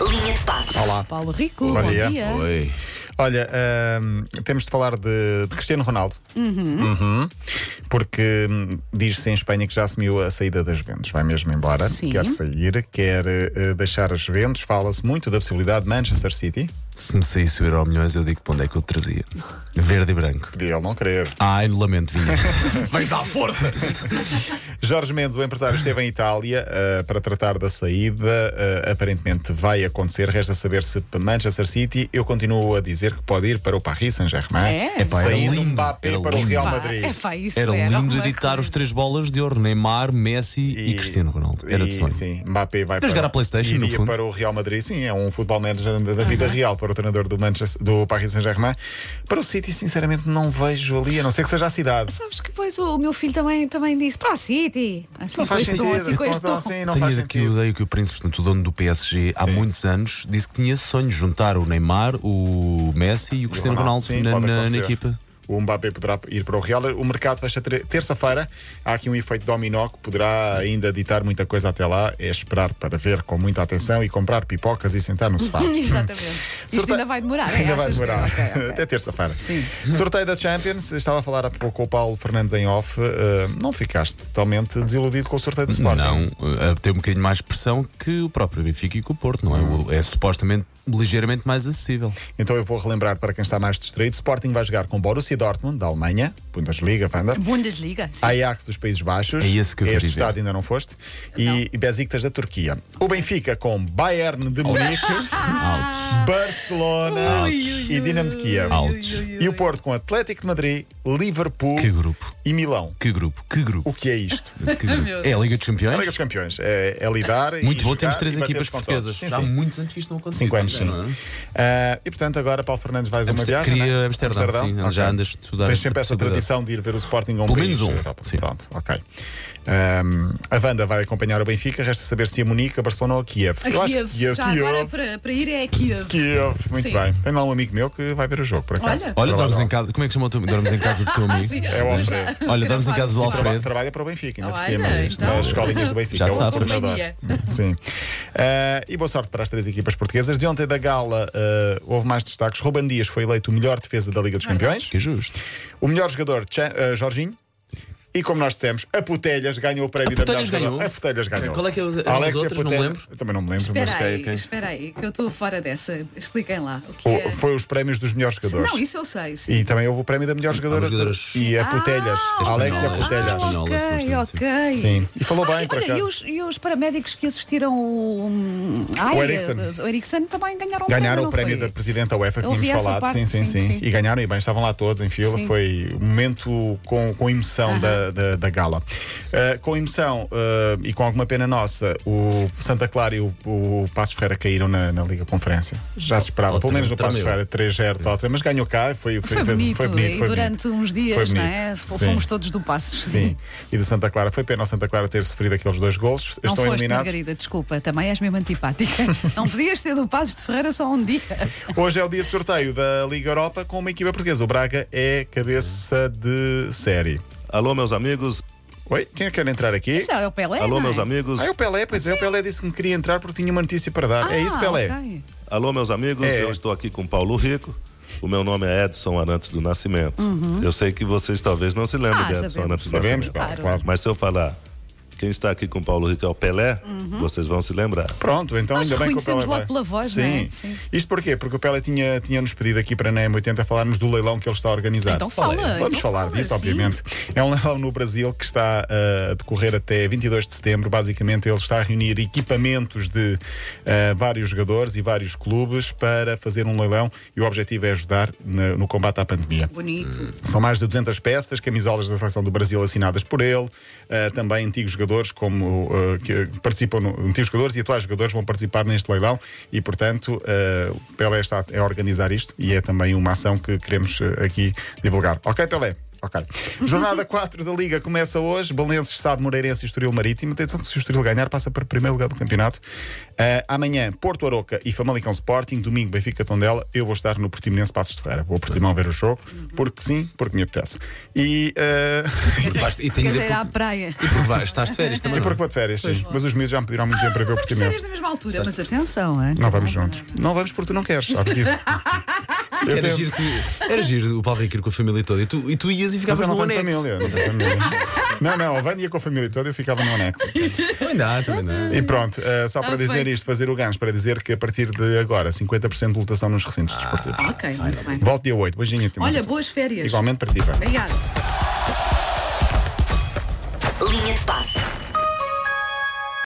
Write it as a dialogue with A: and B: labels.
A: Linha de passe.
B: Olá.
C: Paulo Rico,
B: Bom
C: bom,
B: dia.
C: dia.
D: Oi.
B: Olha, hum, temos de falar de, de Cristiano Ronaldo. Uhum. Porque hum, diz-se em Espanha que já assumiu a saída das Juventus. Vai mesmo embora,
C: Sim.
B: quer sair, quer eh, deixar as Juventus. Fala-se muito da possibilidade de Manchester City.
D: Se me saísse o Euro Milhões, eu digo para onde é que eu te trazia. Verde e branco.
B: Podia ele não querer.
D: Ai, lamento, vinha. Vem dar força!
B: Jorge Mendes, o empresário, esteve em Itália eh, para tratar da saída. Eh, aparentemente vai acontecer. Resta saber se para Manchester City. Eu continuo a dizer que pode ir para o Paris Saint-Germain.
C: É, Epá,
D: era
B: Sair do
D: lindo,
B: Mbappé
D: era
B: para o
D: lindo.
B: Real
C: Pá,
B: Madrid.
C: é pá, isso
D: Era lindo
C: uma
D: editar os
C: coisa.
D: três bolas de ouro: Neymar, Messi e, Cristiano Ronaldo. Era
B: e,
D: de sonho.
B: Sim, Mbappé vai
D: Para jogar à PlayStation, no
B: iria
D: fundo.
B: para o Real Madrid. Sim, é um futebol manager da da vida real para o treinador do, Manchester, do Paris Saint-Germain. Para o City, sinceramente, não vejo ali, a não ser que seja a cidade.
C: Sabes que depois o, o meu filho também, também disse para a City. Assim com este tom, assim com este
B: Então,
C: tom.
B: assim, não
D: Tenho
B: faz
D: de que o
B: sentido.
D: odeio que o Príncipe, portanto, o dono do PSG, há
B: Sim.
D: muitos anos, disse que tinha esse sonho de juntar o Neymar, o Messi e o Cristiano Ronaldo,
B: Sim,
D: na-
B: pode
D: na, na
B: acontecer.
D: equipa.
B: O Mbappé poderá ir para o Real. O mercado fecha tre- terça-feira. Há aqui um efeito dominó que poderá ainda ditar muita coisa até lá. É esperar para ver com muita atenção e comprar pipocas e sentar no sofá.
C: Exatamente. Isto
B: Sorte-
C: ainda vai demorar, é?
B: Ainda vai
C: Achas que-
B: demorar.
C: ok, ok.
B: Até terça-feira.
C: Sim.
B: Sorteio da Champions. Estava a falar há pouco com o Paulo Fernandes em off. Eh, não ficaste totalmente desiludido com o sorteio do Sporting?
D: Não, eh, tem um bocadinho mais pressão que o próprio Benfica e que o Porto, não é? O- É supostamente ligeiramente mais acessível.
B: Então eu vou relembrar para quem está mais distraído. Sporting vai jogar com Borussia Dortmund, da Alemanha. Bundesliga, Wander.
C: Bundesliga, sim.
B: Ajax dos Países Baixos.
D: É esse que eu quero
B: este
D: dizer.
B: estado ainda não foste. E, e Besiktas da Turquia. O Benfica com Bayern
D: Oh.
B: de Munique,
C: Ah.
D: Altos.
B: Barcelona
D: Ui,
B: e Dinamo de Kiev.
D: Altos.
B: E o Porto com Atlético de Madrid, Liverpool
D: Que grupo.
B: e Milão.
D: Que grupo, que grupo.
B: O que é isto?
D: Que grupo. É a Liga dos Campeões?
B: A Liga dos Campeões é, é lidar.
D: Muito
B: e
D: bom,
B: jogar
D: temos três
B: e bater
D: equipas
B: os controles.
D: portuguesas.
B: Sim,
D: Já há
B: sim.
D: muitos anos que isto não aconteceu.
B: Cinco anos, sim.
D: não é?
B: Ah, e portanto, agora Paulo Fernandes vais a uma
D: Amsterdã-
B: viagem.
D: queria
B: não é?
D: Amsterdã, sim,
B: ok.
D: já andas a estudar
B: Tens
D: essa
B: sempre essa
D: possibilidade.
B: tradição de ir ver o Sporting a um
D: Pelo
B: país
D: menos um,
B: da Europa.
D: sim.
B: Pronto, ok. Ahm, a Wanda vai acompanhar o Benfica, resta saber se a Munique, a Barcelona ou a Kiev.
E: A
B: Eu acho
E: Kiev.
B: que Kiev,
E: Já
B: Kiev,
E: agora para, para ir é a Kiev.
B: Kiev. Muito
E: Sim.
B: bem. Tenho lá um amigo meu que vai ver o jogo, por
E: Olha.
B: acaso.
D: Olha,
B: Trabalha
D: dormes
B: lá.
D: em casa. Como é que chama o teu Dormes em casa do teu
C: Ah,
D: amigo?
B: É o Alfredo.
D: Olha, dormes em casa do
B: Traba-
D: Alfredo.
B: Trabalha para o Benfica, ainda por
E: Olha,
B: cima. é?
E: então.
B: Nas escolinhas do Benfica.
D: Já
B: é o
D: sabe.
B: coordenador.
E: Companhia.
B: Sim. Eh, e boa sorte para as três equipas portuguesas. De ontem da gala eh, houve mais destaques. Ruben Dias foi eleito o melhor defesa da Liga dos Campeões.
D: Que justo.
B: O melhor jogador, Chan- eh, Jorginho. E como nós dissemos, a Putelhas ganhou o prémio da melhor
D: Putelhas
B: jogador.
D: ganhou?
B: A Putelhas ganhou.
D: Qual é que é os- eram
B: Alexia
D: os outros? Não me
B: Putelhas-
D: lembro.
B: Eu também não me lembro.
C: Espera
B: mas-
D: ok,
C: aí,
D: ok.
C: espera aí, que eu estou fora dessa. Expliquem lá o que
B: O-
C: é.
B: foi os prémios dos melhores jogadores.
C: Não, isso eu sei, sim.
B: E também houve o prémio da melhor jogadora.
D: jogadoras.
B: E a É Putelhas.
D: Ah,
B: Alexia
D: espanhola,
B: Putelhas.
D: espanhola.
C: Ok, ok.
B: Sim. E falou
C: assim. Ai,
B: bem, por
C: olha, e
B: acaso.
C: os, e os paramédicos que assistiram o, hum, ai, eh,
B: O Ericsson.
C: o Ericsson também ganharam, um
B: Ganharam
C: o
B: o prémio da Presidenta da UEFA que
C: Eu ouvi
B: tínhamos
C: essa
B: falado. sim,
C: parte,
B: sim, sim,
C: sim, sim.
B: E ganharam e bem, estavam lá todos em fila.
C: Sim.
B: Foi um momento com, com emoção da, da, da gala. Ah, com emoção ah, e com alguma pena nossa, o Santa Clara e o, o Passos Ferreira caíram na, na Liga Conferência. Já se esperava,
D: Tottenham
B: pelo menos no Passos
D: tremeu.
B: Ferreira 3-0, Tottenham, mas ganhou cá. Foi, foi,
C: Foi
B: fez- um-
C: bonito,
B: foi bonito.
C: e
B: foi
C: durante
B: bonito.
C: uns dias,
B: Foi
C: não
B: bonito.
C: é?
B: Sim.
C: Fomos todos do passo.
B: Sim. E do Santa Clara. Foi pena ao Santa Clara ter sofrido aqueles dois golos.
C: Não
B: Estão
C: foste,
B: eliminados.
C: Margarida, desculpa, também és mesmo antipática. não podias ter do Passos de Ferreira só um dia.
B: Hoje é o dia de sorteio da Liga Europa com uma equipa portuguesa. O Braga é cabeça de série.
F: Alô, meus amigos.
B: Oi, quem é que quer entrar aqui?
C: Isto é o Pelé,
F: Alô,
C: não
F: meus
C: é?
F: amigos.
B: Ah, é o Pelé, pois é, o Pelé disse que me queria entrar porque tinha uma notícia para dar. é isso,
C: Ah,
B: Pelé.
C: ok.
F: Alô, meus amigos.
B: É.
F: Eu estou aqui com Paulo Rico. O meu nome é Edson Arantes do Nascimento. Eu sei que vocês talvez não se lembrem
C: Uhum. Ah,
F: de Edson
C: sabemos.
F: Arantes do
B: Sabemos,
F: Nascimento.
B: claro.
C: Claro.
B: claro.
F: Mas se eu falar quem está aqui com Paulo Rico é o Pelé,
C: Uhum.
F: vocês vão se lembrar.
B: Pronto, então
C: Nós
B: ainda bem que o Pelé.
C: reconhecemos logo
B: vai.
C: pela voz,
B: Sim.
C: não é? Sim.
B: Isto porquê? Porque o Pelé tinha, tinha nos pedido aqui para a NEM 80 falarmos do leilão que ele está a organizar.
C: Então fala,
B: Vamos
C: então
B: falar
C: fala,
B: disso,
C: sim.
B: obviamente. É um leilão no Brasil que está uh, a decorrer até 22 de setembro. Basicamente, ele está a reunir equipamentos de uh, vários jogadores e vários clubes para fazer um leilão e o objetivo é ajudar na- no combate à pandemia.
D: Hum,
C: Bonito.
B: São mais de 200 peças, camisolas da seleção do Brasil assinadas por ele, eh, também antigos jogadores como eh, que participam, no, antigos jogadores e atuais jogadores vão participar neste leilão e, portanto, eh, o Pelé está a organizar isto e é também uma ação que queremos eh, aqui divulgar. Ok, Pelé? para a cara. Jornada 4 da Liga começa hoje. Belenenses, Sado, Moreirense e Estoril Marítimo. Atenção que se o Estoril ganhar, passa para o primeiro lugar do campeonato. Ah, amanhã, Porto Aroca e Famalicão Sporting. Domingo, Benfica Tondela. Eu vou estar no Portimonense Passos de Ferreira. Vou a Portimão ver o jogo.
D: Uhum.
B: Porque sim, porque me apetece. E... ah,
D: Vais- E tem
C: Quer
D: de
C: dizer,
D: ver
C: à
D: com-
C: praia.
D: e porque vai- estás de férias também.
B: E
D: não é?
B: porque vou de férias, sim. Mas os miúdos já me pediram há muito tempo para ver o
E: Vamos
B: Portimonense.
E: férias na mesma altura,
C: Mas atenção, é?
B: Não vamos juntos. Não vamos porque tu não queres, sabes disso. Eu
D: Era
B: tento.
D: giro, tu- era giro o Paulo Riqueiro com a família toda. E tu, e tu
B: Mas
D: ias e
B: eu
D: ficavas
B: não
D: no
B: tenho
D: anexo.
B: família. Não, tenho família. não, não, a Vânia ia com a família toda, eu ficava no anexo.
D: Também dá, também dá.
B: E pronto, eh, só para
C: Ah,
B: dizer
C: feito.
B: isto, fazer o gancho, para dizer que a partir de agora, 50% de lotação nos recintos desportivos.
E: mas Ah, ok, muito bem.
B: Volto dia 8. Beijinho, Timóteo.
E: Olha, boas férias.
B: Igualmente para ti, Vânia.
E: Obrigada.
A: Linha de passe.